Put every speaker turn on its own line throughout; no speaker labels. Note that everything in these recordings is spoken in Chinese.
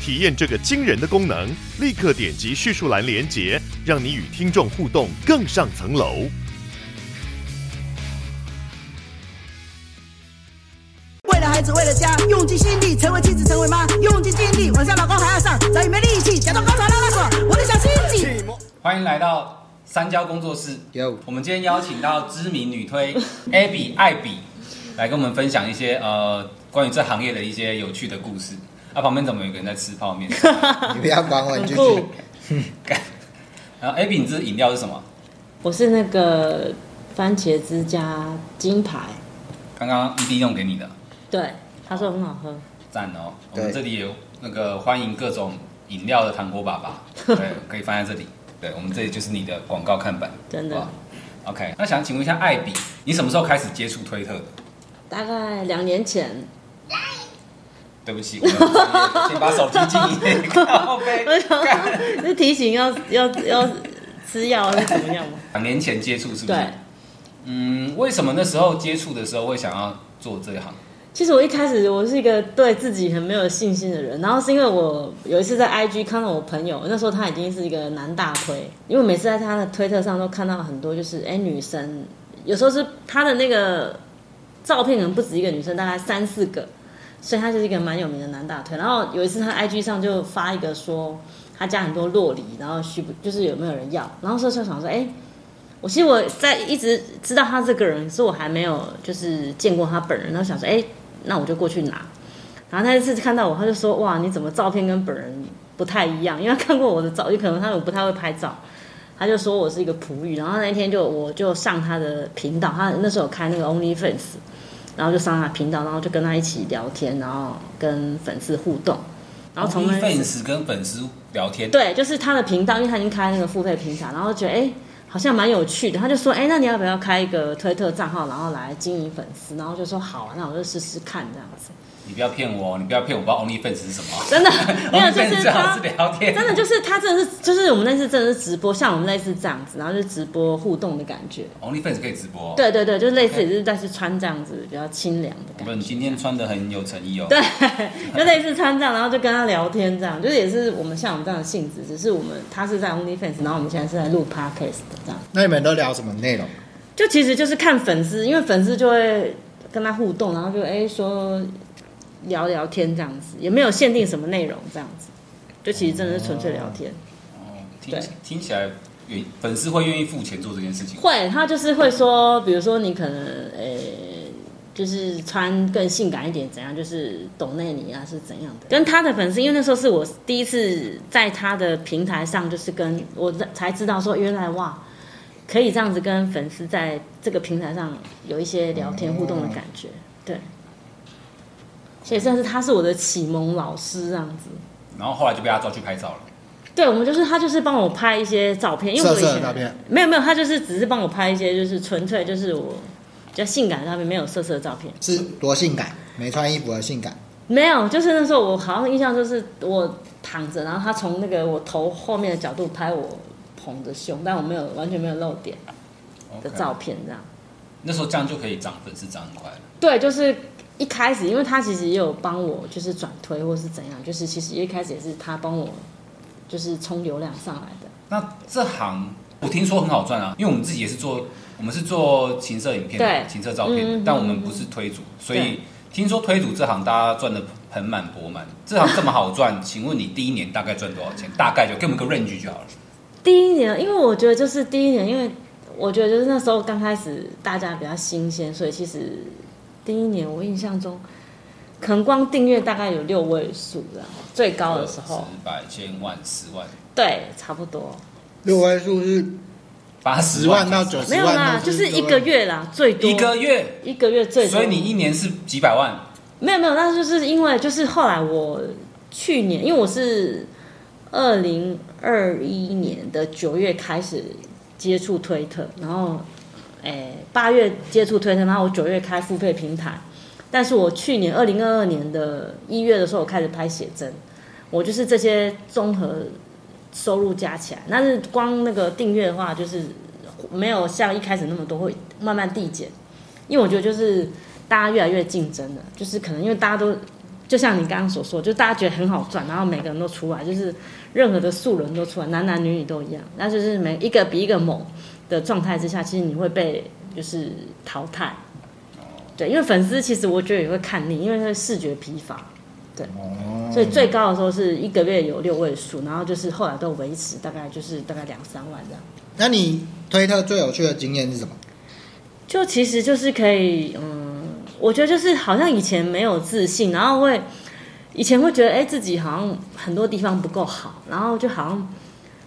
体验这个惊人的功能，立刻点击叙述栏连接，让你与听众互动更上层楼。
为了孩子，为了家，用尽心力，成为妻子，成为妈，用尽精力，晚上老公还要上，早已没力气，假装高潮拉拉锁，我的小心机。
欢迎来到三焦工作室。
Yo
我们今天邀请到知名女推 Abby 艾比来跟我们分享一些呃关于这行业的一些有趣的故事。啊，旁边怎么有个人在吃泡面？
你不要管哦我，你继
很
续
酷。
干然后 Abby，你这饮料是什么？
我是那个番茄汁加金牌，
刚刚 ED 用给你的，
对，他说很好喝。
赞哦！我
对
们这里有那个欢迎各种饮料的糖果爸爸，对，可以放在这里。对，我们这里就是你的广告看板，
真的
好不好。OK，那想请问一下艾比，你什么时候开始接触推特的？
大概两年前，
对不起，我们专业 请把手机静音。靠背
我想
哎干
是提醒要要要吃药还是怎么样吗？
两年前接触是不是
对？，
嗯，为什么那时候接触的时候会想要做这一行？
其实我一开始我是一个对自己很没有信心的人，然后是因为我有一次在 IG 看到我朋友，那时候他已经是一个男大推，因为每次在他的推特上都看到很多就是哎女生，有时候是他的那个照片可能不止一个女生，大概三四个，所以他就是一个蛮有名的男大推。然后有一次他 IG 上就发一个说他家很多洛梨，然后需不就是有没有人要，然后所以就想说哎。我其实我在一直知道他这个人，可是我还没有就是见过他本人，然后想说，哎、那我就过去拿。然后他那次看到我，他就说：“哇，你怎么照片跟本人不太一样？”因为他看过我的照，有可能他们不太会拍照，他就说我是一个璞玉。然后那天就我就上他的频道，他那时候有开那个 OnlyFans，然后就上他的频道，然后就跟他一起聊天，然后跟粉丝互动，然后从那一次
fans 跟粉丝聊天，
对，就是他的频道，因为他已经开那个付费平台，然后觉得哎、诶好像蛮有趣的，他就说哎、诶那你要不要开一个推特账号，然后来经营粉丝？然后就说好啊，那我就试试看这样子。
你不要骗我，你不要骗我，不知道 only fans 是什么。
真的没有，
only
就
fans
是
最好
他
是聊天，
真的就是他真的是就是我们那次真的是直播，像我们类似这样子，然后就直播互动的感觉。
only fans 可以直播。，哦
对对对，就是类似也是但是穿这样子比较清凉的
我
感觉。
们今天穿的很有诚意哦。
对， 就类似穿这样，然后就跟他聊天这样，就是也是我们像我们这样的性质，只是我们他是在 OnlyFans，然后我们现在是在录 Podcast 的这样。
那你们都聊什么内容？
就其实就是看粉丝，因为粉丝就会跟他互动，然后就哎、说聊聊天这样子，也没有限定什么内容这样子，就其实真的是纯粹聊天。
哦，听
对
起听起来，愿粉丝会愿意付钱做这件事情。
会，他就是会说，比如说你可能呃、就是穿更性感一点，怎样，就是懂内你啊，是怎样的？跟他的粉丝，因为那时候是我第一次在他的平台上，就是跟我才知道说，原来哇，可以这样子跟粉丝在这个平台上有一些聊天互动的感觉，对。所以算是他是我的启蒙老师这样子，
然后后来就被他抓去拍照了。
对我们就是他就是帮我拍一些照片，因为我
色
以
色
前
的照片，
没有没有，他就是只是帮我拍一些，就是纯粹就是我比较性感的照片，没有色色的照片。
是多性感？没穿衣服的性感，
没有，就是那时候我好像印象就是我躺着，然后他从那个我头后面的角度拍我捧着胸，但我没有完全没有露点的
OK
照片这样。
那时候这样就可以涨粉丝，涨很快了。
对，就是一开始，因为他其实也有帮我，就是转推或是怎样，就是其实一开始也是他帮我，就是冲流量上来的。
那这行我听说很好赚啊，因为我们自己也是做，我们是做情色影片的、
对
情色照片，
嗯嗯嗯
但我们不是推主，所以
对
听说推主这行大家赚的盆满钵满。这行这么好赚，请问你第一年大概赚多少钱？ 大概就给我们个 range 就好了。
第一年，因为我觉得就是第一年，因为我觉得就是那时候刚开始大家比较新鲜，所以其实第一年我印象中，可能光订阅大概有六位数的，最高的时候，
十百、千万、十万、
对，差不多
六位数是
八
十
十
万到九
十
十
没有啦
万，，
就是一个。月啦，最多
一个月，
一个月最多，
所以你一年是几百万？
没有没有，那就是因为就是后来我去年，因为我是二零二一年的九月开始接触推特，然后，诶，八月接触推特，然后我九月开付费平台，但是我去年二零二二年的一月的时候，我开始拍写真，我就是这些综合收入加起来，但是光那个订阅的话，就是没有像一开始那么多，会慢慢递减，因为我觉得就是大家越来越竞争了，就是可能因为大家都就像你刚刚所说，就大家觉得很好赚，然后每个人都出来，就是任何的素人都出来，男男女女都一样，那就是每一个比一个猛的状态之下，其实你会被就是淘汰。对，因为粉丝其实我觉得也会看腻，因为他视觉疲乏，
哦，
所以最高的时候是一个月有六位数，然后就是后来都维持大概就是大概两三万这样。
那你推特最有趣的经验是什么？
就其实就是可以，嗯，我觉得就是好像以前没有自信，然后会以前会觉得哎、自己好像很多地方不够好，然后就好像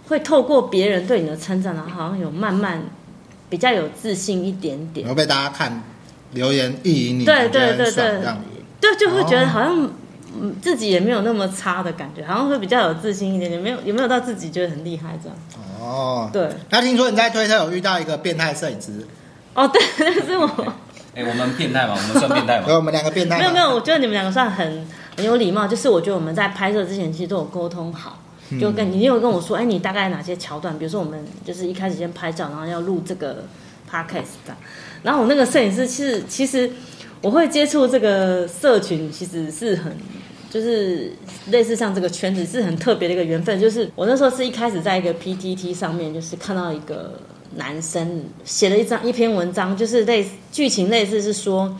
会透过别人对你的称赞，然后好像有慢慢比较有自信一点点
有没。有被大家看留言意淫你？
对对
感觉很
对
爽
对
这样子。
对，就会觉得
哦
好像嗯自己也没有那么差的感觉，好像会比较有自信一点点，没有也没有到自己觉得很厉害这样。
哦，
对，
那听说你在推特有遇到一个变态摄影师，
哦对， 但是我
哎、我们变态吗？我们算变态吗
有？我们两个变态吗
没有没有，我觉得你们两个算很很有礼貌，就是我觉得我们在拍摄之前其实都有沟通好。就跟你你有跟我说，哎，你大概哪些桥段？比如说我们就是一开始先拍照，然后要录这个 podcast 的。然后我那个摄影师，其实其实我会接触这个社群，其实是很就是类似像这个圈子是很特别的一个缘分。就是我那时候是一开始在一个 PTT 上面，就是看到一个男生写了一张一篇文章，就是类似剧情类似是说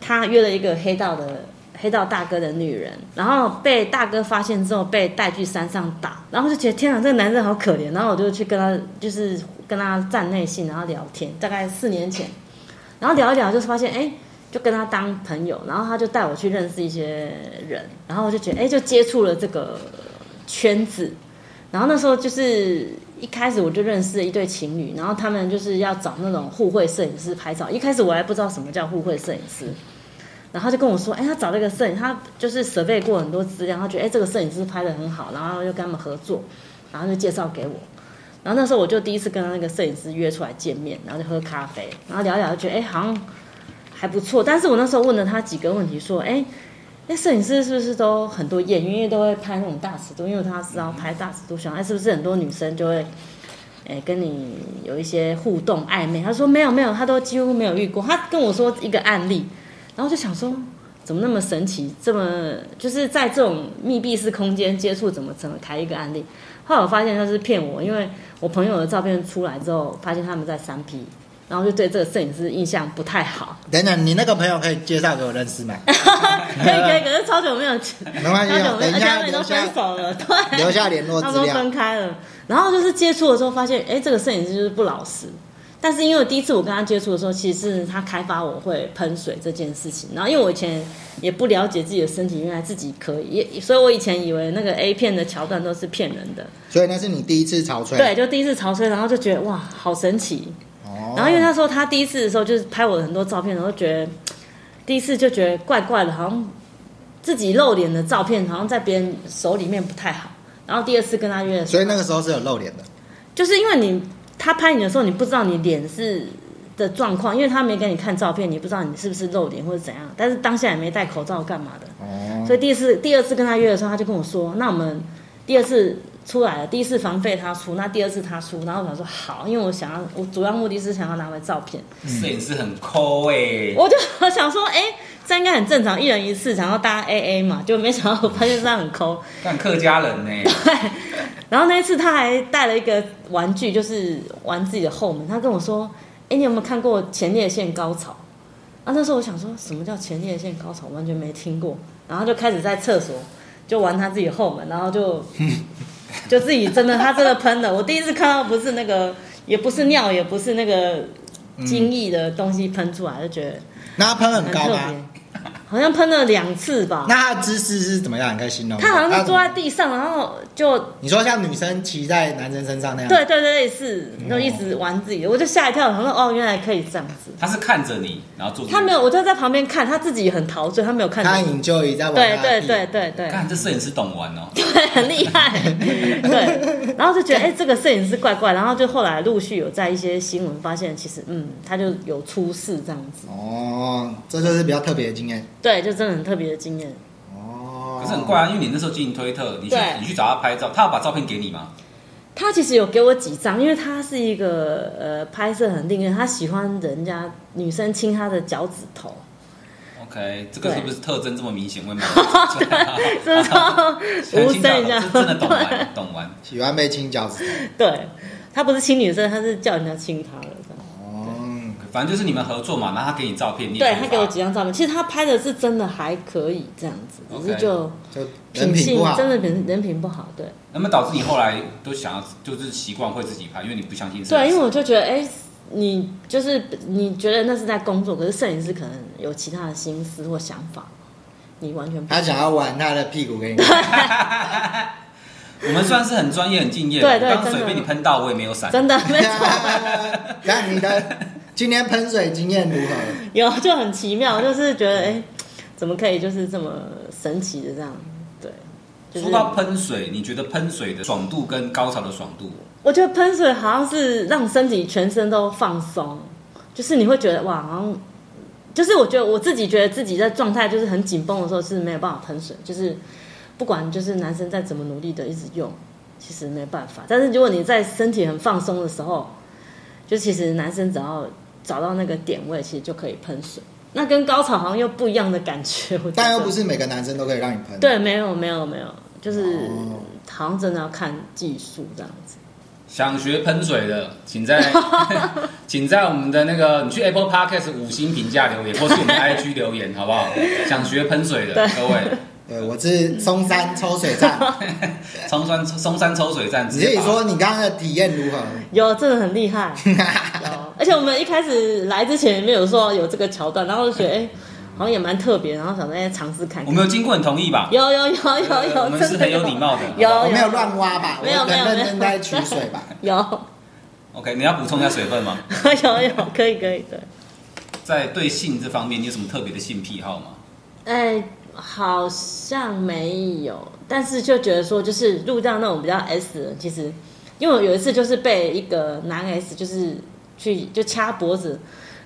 他约了一个黑道的黑道大哥的女人，然后被大哥发现之后被带去山上打，然后就觉得天啊，这个男人好可怜，然后我就去跟他就是跟他站内信，然后聊天，大概四年前，然后聊一聊就是发现哎。就跟他当朋友，然后他就带我去认识一些人，然后我就觉得哎，就接触了这个圈子，然后那时候就是一开始我就认识了一对情侣，然后他们就是要找那种互惠摄影师拍照。一开始我还不知道什么叫互惠摄影师，然后他就跟我说，哎，他找了一个摄影，他就是设备过很多资料，他觉得哎这个摄影师拍的很好，然后就跟他们合作，然后就介绍给我。然后那时候我就第一次跟那个摄影师约出来见面，然后就喝咖啡，然后聊一聊，就觉得哎好像还不错。但是我那时候问了他几个问题，说哎。那摄影师是不是都很多艳遇？因为都会拍那种大尺度，因为他知道拍大尺度想，哎，是不是很多女生就会，哎、跟你有一些互动暧昧？他说没有没有，他都几乎没有遇过。他跟我说一个案例，然后就想说，怎么那么神奇？这么就是在这种密闭式空间接触，怎么怎么开一个案例？后来我发现他是骗我，因为我朋友的照片出来之后，发现他们在三 P，然后就对这个摄影师印象不太好。
等等，你那个朋友可以介绍给我认识吗？
可以可以，可是超久没有见。
没关系
他
啊，
怎么
等一
而且他
下
们都
留
分
下
手了，对，
留下联络
他
资
们都分
料。
开了。然后就是接触的时候发现，哎，这个摄影师就是不老实。但是因为我第一次我跟他接触的时候，其实是他开发我会喷水这件事情。然后因为我以前也不了解自己的身体，原来自己可以，也所以我以前以为那个 A 片的桥段都是骗人的。
所以那是你第一次潮吹。
对，就第一次潮吹，然后就觉得哇，好神奇。
哦，
然后因为那时候他第一次的时候，就是拍我的很多照片，然后觉得第一次就觉得怪怪的，好像自己露脸的照片好像在别人手里面不太好。然后第二次跟他约的时候，
所以那个时候是有露脸的。
就是因为你他拍你的时候，你不知道你脸是的状况，因为他没给你看照片，你不知道你是不是露脸或者怎样。但是当下也没戴口罩干嘛的，
哦，
所以第一次、第二次跟他约的时候，他就跟我说：“那我们第二次出来了，第一次房费他出，那第二次他出。”然后我想说好，因为我想要，我主要目的是想要拿回照片。
摄影师很抠哎、
我就想说，哎、这应该很正常，一人一次，然后大家 A A 嘛，就没想到我发现这样很抠。
但客家人呢、
然后那一次他还带了一个玩具，就是玩自己的后门。他跟我说：“哎、你有没有看过前列腺高潮？”啊，那时候我想说什么叫前列腺高潮，完全没听过。然后就开始在厕所就玩他自己的后门，然 后就就自己真的他真的喷了。我第一次看到不是那个，也不是尿，也不是那个精液的东西喷出来，就觉得。
那他喷
很
很
特
高
别
吗？，
好像喷了两次吧。
那他的姿势是怎么样？你可以形容一下。
他好像是坐
他
在地上，然后就
你说像女生骑在男生身上那样，
对对对，类似，就一直玩自己的，我就吓一跳，然后哦，原来可以这样子。
他是看着你，然后做出
他没有，我就在旁边看，他自己很陶醉，他没有看
他
到。
引咎于在玩
对
他的
对
屁
对对对，
看这摄影师懂玩哦，
对，很厉害。对，然后就觉得哎、这个摄影师怪怪，然后就后来陆续有在一些新闻发现，其实嗯，他就有出事这样子。
哦，这就是比较特别的经验
对，就真的很特别的经验。
哦。
可是很怪啊，因为你那时候经营推特，你去
对
你去找他拍照，他有把照片给你吗？
他其实有给我几张，因为他是一个呃拍摄很令人，他喜欢人家女生亲他的脚趾头，
OK，这个
对
是不是特征这么明显？ 会吗？
这
啊
是说无
真
声一下，
啊真 的懂玩，懂玩。
喜欢被亲脚趾
对，他不是亲女生，他是叫人家亲他了。这样
头哦，
反正就是你们合作嘛，然后他给你照片，你也
对
无法
他给我几张照片，其实他拍的是真的还可以这样子，只是
OK
就
就人
品
品
性
不好，
真的人人品不好，对
那么导致你后来都想要就是习惯会自己拍，因为你不相信摄影
对，
师
因为我就觉得哎。你就是你觉得那是在工作，可是摄影师可能有其他的心思或想法，你完全不知道
他想要玩他的屁股给你 看，
我们算是很专业、很敬业的。
对对
我刚刚
真的
随便你喷到，我也没有闪。
真的 没错，
那你的今天喷水经验如何？
有就很奇妙，就是觉得哎、怎么可以就是这么神奇的这样？对，就是
说到喷水，你觉得喷水的爽度跟高潮的爽度，
我觉得喷水好像是让身体全身都放松，就是你会觉得哇，好像就是我觉得我自己觉得自己在状态就是很紧绷的时候是没有办法喷水，就是不管就是男生再怎么努力的一直用，其实没办法。但是如果你在身体很放松的时候，就其实男生只要找到那个点位，其实就可以喷水。那跟高潮好像又不一样的感觉， 我觉得
但又不是每个男生都可以让你喷。，
对，没有没有没有，就是
哦
好像真的要看技术这样子。
想学喷水的，请 在请在我们的那个你去 Apple Podcast 五星评价留言，或是 我们 IG 留言，好不好？想学喷水的各位，
对我是松山抽水 站，
松山松山抽水站直
只是
接
你
把
说你刚刚的体验如何？
有，真的很厉 害。有，而且我们一开始来之前也没有说有这个桥段，然后就觉得哎、好像也蛮特别，然后想说哎尝试看
我
看。
没有经过你同意吧？
有有有有有，
我们是
真的
很有礼 貌的
有
我没有
有
乱挖吧？我
没有没有
很认
没
真
有
在取水吧？
有
OK，你要补充一下水分吗？
有有，可以可以对。
在对性这方面，你有什么特别的性癖好吗？
哎、好像没有，但是就觉得说，就是入到那种比较 S 的人，其实因为我有一次就是被一个男 S 就是去就掐脖子，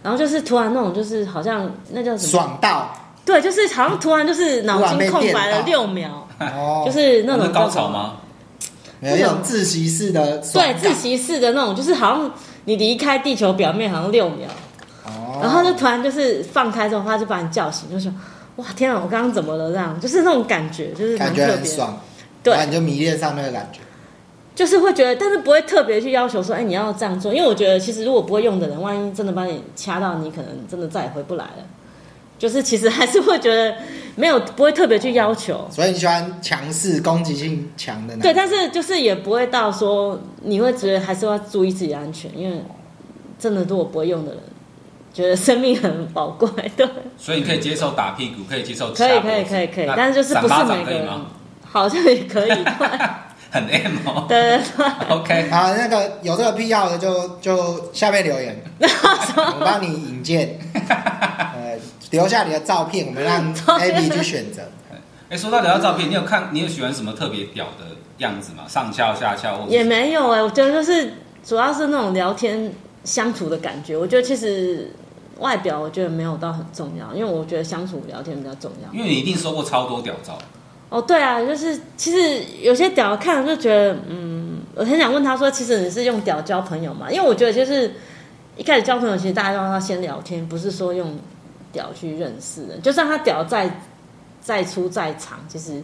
然后就是突然那种就是好像那叫什么？
爽到
对，就是好像突然就是脑
突然被
筋空白
电
了
到
六秒，
哦，
就是那
是
种
高潮？吗？
有一种自习式的爽
对，
感
自习室的那种，就是好像你离开地球表面好像六秒，
哦，
然后就突然就是放开之后，他就把你叫醒，就说：“哇，天啊，我刚刚怎么了？”这样就是那种感觉，就是
感
蛮特
觉
别
很
的，
爽，
对
然后你就迷恋上那个感觉。
就是会觉得，但是不会特别去要求说：“哎，你要这样做。”因为我觉得，其实如果不会用的人，万一真的把你掐到，你可能真的再也回不来了。就是其实还是会觉得没有不会特别去要求，
所以你喜欢强势、攻击性强的男
对，
人？
但是就是也不会到说你会觉得还是要注意自己的安全，因为真的如果不会用的人，觉得生命很宝贵，对，
所以你可以接受打屁股，可以接受
可
掐
以
脖
可以
子
可以可以
那，
但是就是不是
闪巴掌
每个
可以
人
吗？
好像也可以，对
很 M 哦。
对对对，
OK，
啊，那个有这个必要的就就下面留 言，我帮你引荐，呃，留下你的照片，我们 让 A B 去选择。
哎，说到聊到照片，你有看你有喜欢什么特别屌的样子吗？上翘、下翘，或者
也没有哎、我觉得就是主要是那种聊天相处的感觉，我觉得其实外表我觉得没有到很重要，因为我觉得相处聊天比较重要。
因为你一定收过超多屌照，
哦，对啊，就是其实有些屌看了就觉得，嗯，我很想问他说，其实你是用屌交朋友嘛？因为我觉得就是一开始交朋友，其实大家都要先聊天，不是说用屌去认识人。就算他屌再再粗再长，其实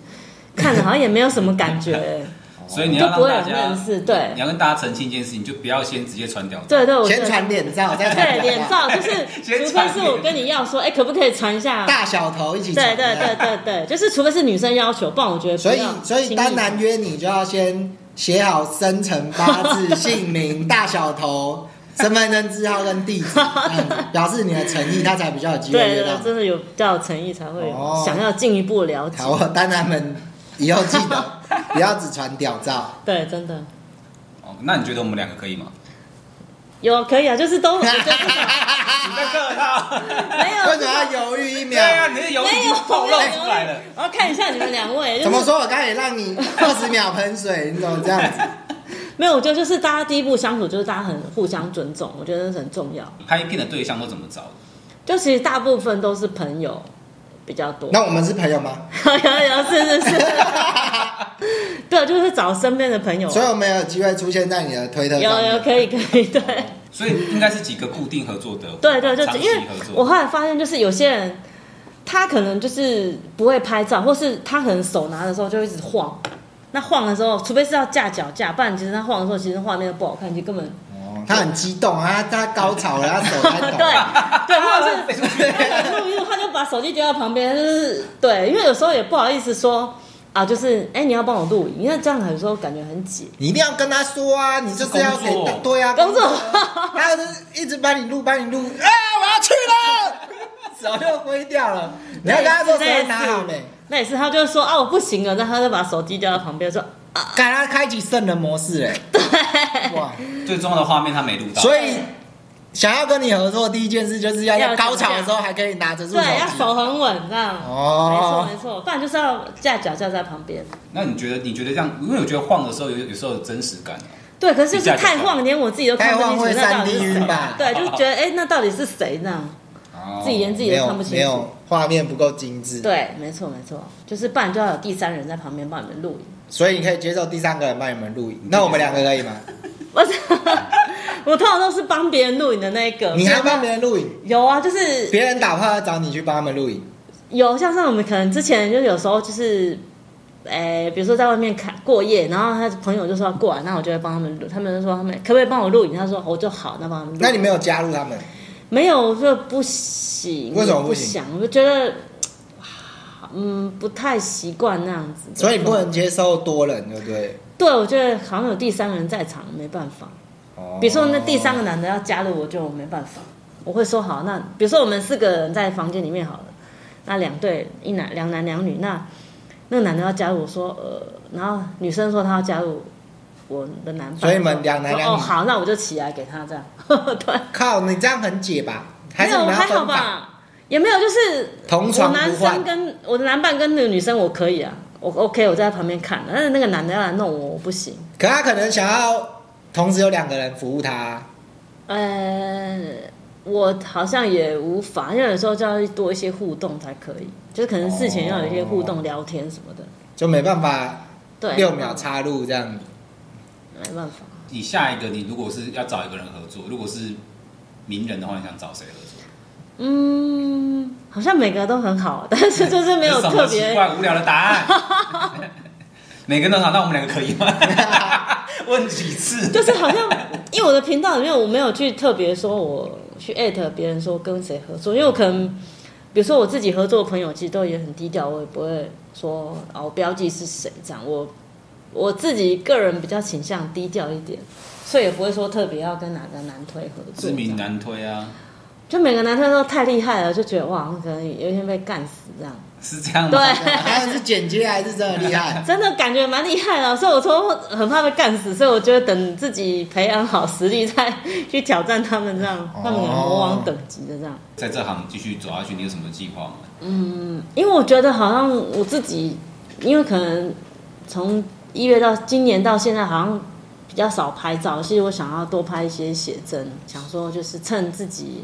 看着好像也没有什么感觉。欸
所以你要
就不
让
会
大
有
家
认识对
你要跟大家澄清一件事情，就不要先直接传屌照。
对对，我觉
先
得
传脸照，再传
对脸照，就是
先
除非
传
是我跟你要说，哎，可不可以传一下？
大小头一起传。
对对对对对，就是除非是女生要求，不然我觉得不
所以
要嗯
所以
轻易
单 男约你就要先写好生辰八字、姓名、大小头，身份证字号跟地址，嗯表示你的诚意，他才比较有机会
对
约到
对，。真的有比较有诚意才会
哦
想要进一步了解。
好，我当他们以后记得 不要只传屌照，
对，真的
哦，那你觉得我们两个可以吗？
有可以啊，就是都我觉得至少
你在客套，
没有
为什么要犹豫一
对
秒？
啊
呀，你的油已
没
经
有
暴露出来了。。
我要看一下你们两位，就是
怎么说？我刚才也让你二十秒喷水，你怎么这样子？
没有，我觉得就是大家第一步相处，就是大家很互相尊重，我觉得这是很重要。
拍片的对象都怎么找的？
就其实大部分都是朋友比较多，
那我们是朋友吗？
有有有是是是，对，就是找身边的朋友啊，
所以我们有机会出现在你的推特
有
上面。
有可以可以，对
所以应该是几个固定合作的，
对对，就
长
因
期
为
合
我
作。
后来发现，就是有些人他可能就是不会拍照，或是他可能手拿的时候就一直晃。那晃的时候，除非是要架脚架，不然其实他晃的时候，其实画面都不好看，其实根本
哦他很激动啊，他他高潮了，他手还抖。
对对，或者是
飞出去，
他想录一录，他就把手机丢到旁边，就是对，因为有时候也不好意思说啊，就是哎、你要帮我录影，因为这样有时候感觉很挤。
你一定要跟他说啊，你就是要给
工作
对啊，
工 作
啊，他就是一直帮你录，帮你录，
哎
啊，我要去了， 手就挥掉了。你要跟他 说手要拿好没？
那也是，他就说啊，我不行了，那他就把手机丢到旁边说，
看他开启圣人模式哎、哇！
最重要的画面他没录到，
所以想要跟你合作，第一件事就是要
要
在高潮
这
的
样
时候还可以拿着住手
对，要
机。
手很稳这样。
哦
没错没错，不然就是要架脚架在旁边。
那你觉得你觉得这样？因为我觉得晃的时候有有时候有真实感啊。
对，可是就是太晃，连我自己都看不清楚，那到底是
太晃会三
谁
D 晕吧？
对，就觉得哎、那到底是谁呢？
哦
自己连自己
没
都
有
看不
没
清楚。
有画面不够精致，，
对，没错没错，就是不然就要有第三人在旁边帮你们录影。
所以你可以接受第三个人帮你们录影。那我们两个可以吗？
我是 我通常都是帮别人录影的那一个。
你还帮别人录影？
有啊，就是
别人打炮要找你去帮他们录影，
有像是我们可能之前就有时候就是，诶、比如说在外面看过夜，然后他的朋友就说要过来，那我就会帮他们录，他们就说他们可不可以帮我录影，他说哦我就好，那帮他们录。
那你没有加入他们？
没有我就不行，
为什么
我
不
不
行
想？我就觉得，嗯，不太习惯那样子。
所以你不能接受多人，对不对？
对，我觉得好像有第三个人在场，没办法。
哦
比如说那第三个男的要加入，我就没办法，我会说好。那比如说我们四个人在房间里面好了，那两对一男两男两女，那那个男的要加入，我说呃，然后女生说她要加入我的男伴，
所以你们两男两女
我说哦好，那我就起来给他这样， 对，
靠，你这样很解吧？还
没
是
有
你们要
还好
分法？
吧，也没有就是
同
我
床
男
不换
生跟我的男伴跟那个女生我可以啊，我 OK 我在旁边看，但是那个男的要来弄我，我不行。
可他可能想要同时有两个人服务他，
呃，我好像也无法，因为有时候就要多一些互动才可以，就是可能事前要有一些互动、聊天什么的。
就没办法
对，
六秒插入这 样。
没办法。
你下一个，你如果是要找一个人合作，如果是名人的话，你想找谁合作？
嗯，好像每个都很好，但是就是没有
这是
特
什么奇
别。
怪无聊的答案。 每个人都好，那我们两个可以吗？问几次？
就是好像，因为我的频道里面我没有去特别说我去艾特别人说跟谁合作，因为我可能，比如说我自己合作的朋友，其实都也很低调，我也不会说哦我标记是谁这样。我我自己个人比较倾向低调一点，所以也不会说特别要跟哪个男推合作。
知名男推啊，
就每个男推都太厉害了，就觉得哇，可能有一天被干死这样。
是这样吗？
对？
他是剪接啊还是真的厉害
真的感觉蛮厉害的，所以我说很怕被干死，所以我觉得等自己培养好实力再去挑战他们这样，他们有魔王等级的这样。
在这行继续走下去，你有什么计划吗？
因为我觉得好像我自己，因为可能从一月到今年到现在，好像比较少拍照，其实我想要多拍一些写真，想说就是趁自己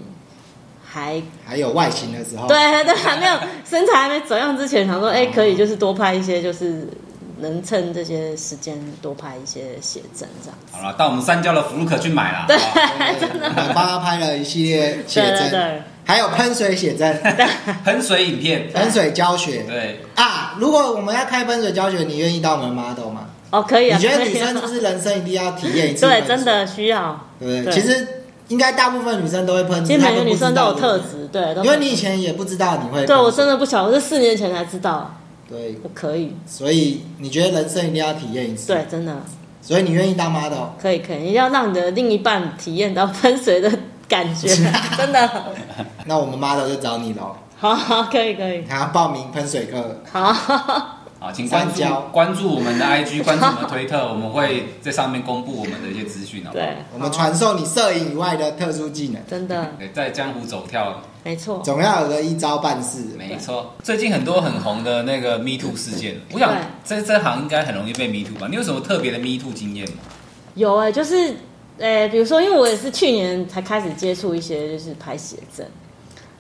还
还有外形的时候，，
对 对，还没有身材还没走样之前，想说哎、可以就是多拍一些，就是能趁这些时间多拍一些写真这样。
好了，到我们三交的福禄可去买啦。对，
我帮他拍了一系列写
对对
真
对，
还有喷水写 真、
喷水影片，
喷水教学
对，
啊。如果我们要开喷水教学，你愿意当我们 model 吗？
哦，可以啊。
你觉得
可以
女生
啊
是不 是人生一定要体验一次？
对，真，的需要。
对不对？
对
其实应该大部分女生都会喷，
其实
她
每
都
个
不
女生
知
都
道
有
对
特
不对
质，对，都
因为
没
你
有
以前也不知道你会喷水。
对我真的不晓得，我是四年前才知道
对，
我可以。
所以你觉得人生一定要体验一次？
对，真的
所以你愿意当 model？
可以可以，一定要让你的另一半体验到分水的感觉， 真的。
那我们 model 就找你喽。
好好，可以可以，
然后报名喷水课，
啊好，
好，请关注
三
哦
焦
关注我们的 IG，关注我们的推特，我们会在上面公布我们的一些资讯哦。
对，
我们
好
传授你摄影以外的特殊技能，
真的
对，在江湖走跳，
没错，
总要有个一招半式。
没错。最近很多很红的那个 Me Too 事件，我想
对
这这行应该很容易被 Me Too 吧？你有什么特别的 Me Too 经验吗？
有哎、就是呃、比如说，因为我也是去年才开始接触一些就是拍写真，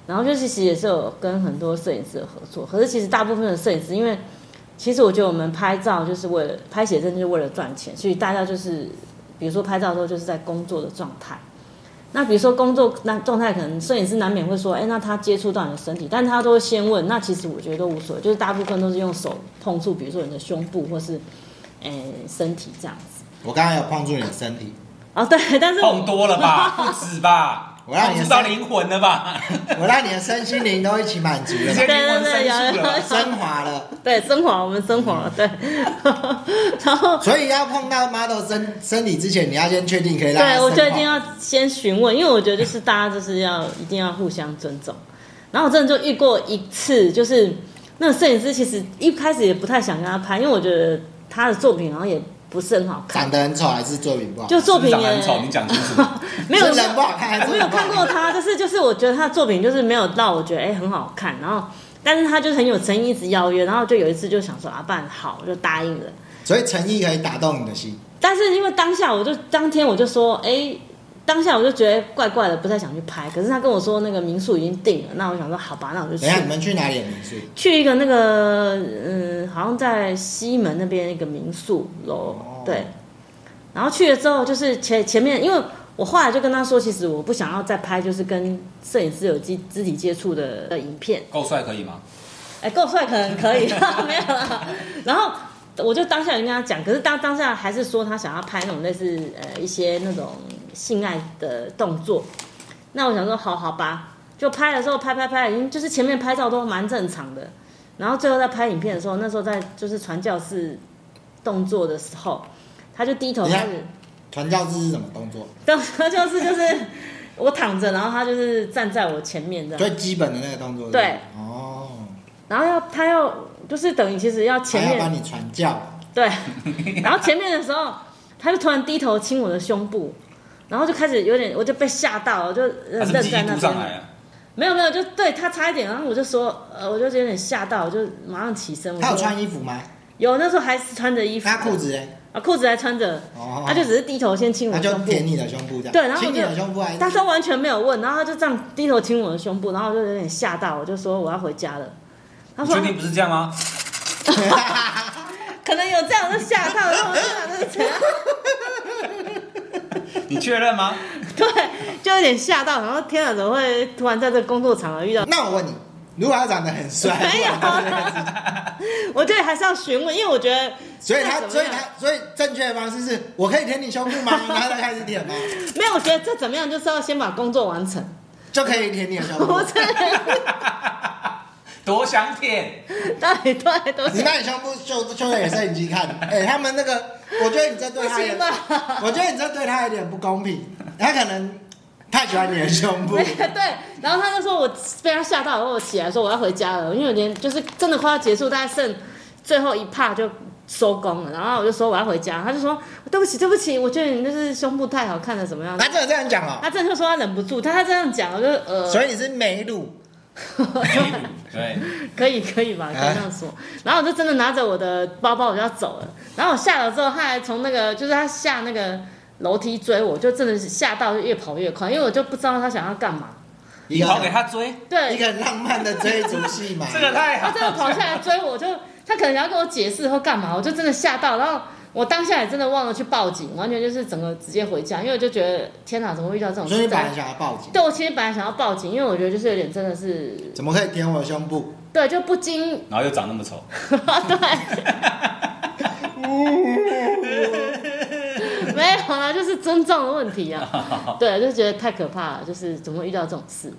然后就是其实也是有跟很多摄影师有合作，可是其实大部分的摄影师，因为其实我觉得我们拍照就是为了拍写真，就是为了赚钱，所以大家就是比如说拍照的时候就是在工作的状态。那比如说工作那状态，可能摄影师难免会说，哎，那他接触到你的身体，但他都会先问。那其实我觉得都无所谓，就是大部分都是用手碰触，比如说你的胸部或是，哎，身体这样子。
我刚刚有碰触你的身 体，
哦，对，但是我
碰多了吧，不止吧，
我让你
碰触到灵魂了吧？
我让你的身心灵都一起满足了
直
吧
接，灵魂深
对对对
处了
有
吧
有。
升华了。
对，升华，我们升华了，对。 然后，
所以要碰到 model 身身体之前，你要先确定可以让他
对我
升
觉得一
华
定要先询问，因为我觉得就是大家就是要一定要互相尊重。然后我真的就遇过一次，就是那个摄影师其实一开始也不太想跟他拍，因为我觉得他的作品好像也不是很好看
长，得很丑还是作品不好？
就 作品
是长
也
得很丑，你讲清 楚。
没有
是人不好看还是
我没有看过他，但是就是我觉得他的作品就是没有到我觉得哎、很好看，然后但是他哎就是很有诚意，一直邀约，然后就有一次就想说啊，办好我就答应了。
所以诚意可以打动你的心。
但是因为当下我就当天我就说，哎、当下我就觉得怪怪的，不太想去拍。可是他跟我说那个民宿已经定了，那我想说好吧，那我就去
等一下你们去哪里的民宿？
去一个那个嗯，好像在西门那边一个民宿楼
哦，
对。然后去了之后，就是前前面，因为我后来就跟他说，其实我不想要再拍就是跟摄影师有肢肢体接触的的影片。
够帅可以吗？
哎，够帅可能可以， 没有了。然后我就当下就跟他讲，可是当当下还是说他想要拍那种类似呃一些那种性爱的动作。那我想说，好好吧，就拍的时候拍拍拍，已经就是前面拍照都蛮正常的，然后最后在拍影片的时候，那时候在就是传教士动作的时候，他就低头开
等一
始
下，传教士是什么动作？
动作就是就是我躺着，然后他就是站在我前面这样。
最基本的那个动作。
对
是不是。哦，
然后要他要就是等于其实要前
还要
面
帮哎你传教。
对， 然后前面的时候，他就突然低头亲我的胸部，然后就开始有点，我就被吓到了，我就呃
他
愣
是不是记
在
忆
那
度上来
边。
啊？
没有没有，就对他差一点，然后我就说，呃，我就有点吓到，我就马上起身。我
他有
就
穿衣服吗？
有那时候还是穿着衣服，
他裤子呢？
啊裤子还穿着，
哦
他就只是低头先亲我
他
的
就
胸部，
舔你的胸部这样。
对，然后我
亲你
就
的胸部啊还是？
但他完全没有问，然后他就这样低头亲我的胸部，然后我就有点吓到，我就说我要回家了。他
你
说
确定不是这样吗？
可能有这样，我就吓到，然后我就想这是 怎样。
你确认 吗？
对，就有点吓到，然后天啊，怎么会突然在这工作场合遇到？
那我问你，如果他长得很帅，
没 有我觉得还是要询问，因为我觉得
所以
这
他，
怎么
所以
样
他，所以正确的方式是我可以舔你胸 部吗？然后他开始舔吗？
没有，我觉得这怎么样，就是要先把工作完成。
就可以舔你的胸部
不。是，
多想舔，
对对
你
对，
把你胸部秀秀给摄影机看，哎、他们那个，我觉得你这对他有
不行吧，
我觉得你这对他有点不公平，他可能太喜欢你的胸部
没，有对。然后他就说我被他吓到，然后我起来说我要回家了，因为有点就是真的快要结束，大概剩最后一趴就收工了。然后我就说我要回家，他就说对不起对不起，我觉得你就是胸部太好看了，怎么样？
他真的这样讲哦、
他真的就说他忍不住，他他这样讲，我就呃，
所以你是美乳，
没乳 对，
可以可以吧，
哎
可以这样说。然后我就真的拿着我的包包，我就要走了。然后我下楼之后，他还从那个就是他下那个楼梯追我，就真的是吓到越跑越快，因为我就不知道他想要干嘛。
一
你跑给
个
他追，
对，
一个浪漫的追逐戏 嘛，
这个太
他
好
真的跑下来追我，我就他可能要跟我解释或干嘛，我就真的吓到，然后我当下也真的忘了去报警，完全就是整个直接回家，因为我就觉得天哪，怎么会遇到这种
所以
事
你本来
情？
想要报警，
对，我其实本来想要报警，因为我觉得就是有点真的是，
怎么可以舔我的胸部？
对，就不经，
然后又长那么丑，
对， 没有啦，就是尊重的问题 啊。对，就觉得太可怕了，就是怎么会遇到这种事。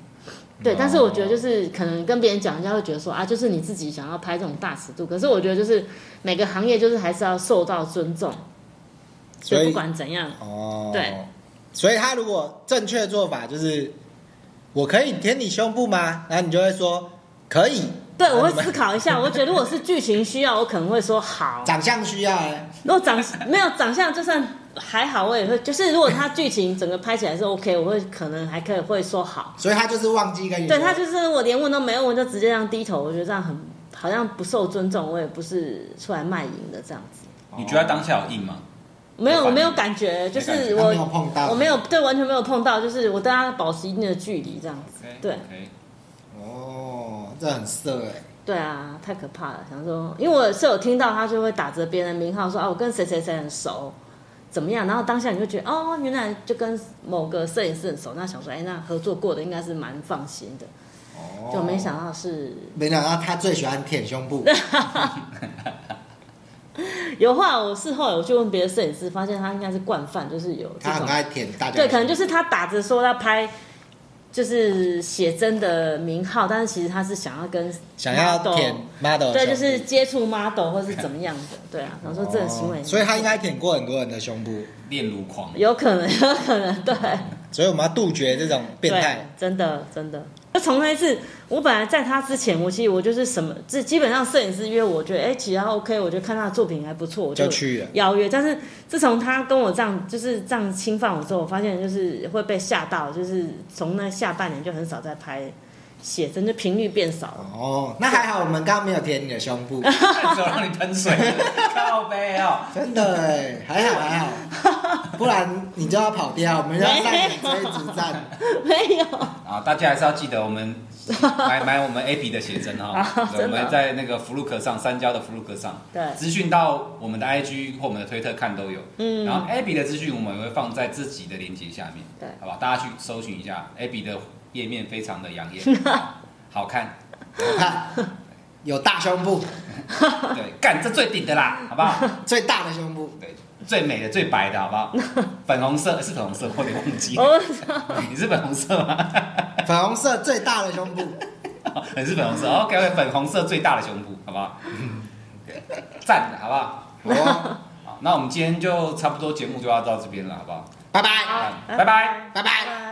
对，但是我觉得就是可能跟别人讲，人家会觉得说啊，就是你自己想要拍这种大尺度。可是我觉得就是每个行业就是还是要受到尊重，所
所
以
以
不管怎样，
哦，
对，
所以他如果正确的做法就是，我可以舔你胸部吗？然后你就会说可以。
对
然后
我会
你们
思考一下。我觉得如果是剧情需要，我可能会说 好。
长相需要欸，
如果长没有长相，就算还好，我也会就是如果他剧情整个拍起来是 OK，我会可能还可以会说好。
所以他就是忘记跟你说。
对他就是我连问都没问，我就直接这样低头，我觉得这样很好像不受尊重，我也不是出来卖淫的这样子。
你觉得他当下有硬吗？
没
没反应
有，我没有感觉，就
没感
是
觉
我
他没有碰到
我没有对完全没有碰到，就是我跟他保持一定的距离这样子。对
OK，
哦，这很色哎、
对啊，太可怕了。想说，因为我是有听到他就会打着别人的名号说啊，我跟谁谁谁很熟，怎么样？然后当下你就觉得哦，原来就跟某个摄影师很熟，那想说哎，那合作过的应该是蛮放心的，
哦，
就没想到是
没想到他最喜欢舔胸部，
有话我事后我去问别的摄影师，发现他应该是惯犯，就是有这
他很
种
爱舔大家。
对，可能就是他打着说要拍。就是写真的名号，但是其实他是想要跟
想要
model
舔 model 的胸部。
对，就是接触 model 或是怎么样的，对啊。然后说这个行为，
哦所以他应该舔过很多人的胸部，
恋乳狂，
有可能， 有可能，对，
所以我们要杜绝这种变
对
态。
真的，真的。就从那一次，我本来在他之前，我其实我就是什么，这基本上摄影师约我，我觉得哎、其实他 OK，我就看他的作品还不错，我
就去了
邀约。但是自从他跟我这样就是这样侵犯我之后，我发现就是会被吓到，就是从那下半年就很少再拍写真，就频率变少 了。
哦，那还好，我们刚刚没有舔你的胸部，
只有让你喷 水，靠背哦。
真的哎，还好还好，不然你就要跑掉，我们就要上演追逐战。
没有，
啊，大家还是要记得我 们买买我们 A B 的写真哈
啊，
对我
真的
们在那个福禄克上三交的福禄克上，
对
资讯到我们的 I G 或我们的推特看都有，
嗯
然后 A B 的资讯我们也会放在自己的链接下面，
对
好吧，大家去搜寻一下 A B 的页面非常的 养眼，好看，
我看有大胸部，
对，干这最顶的啦，好不好？
最大的胸部，
对，最美的最白的好不好？粉红色是粉红色，我有点忘记，
我
你是粉红色吗？
粉红色最大的胸部，
很是粉红色，OK，粉红色最大的胸部，好不好？ 赞，好不好？
哦，
好，那我们今天就差不多节目就要到这边了，好不好？
拜拜，
拜拜。
拜拜。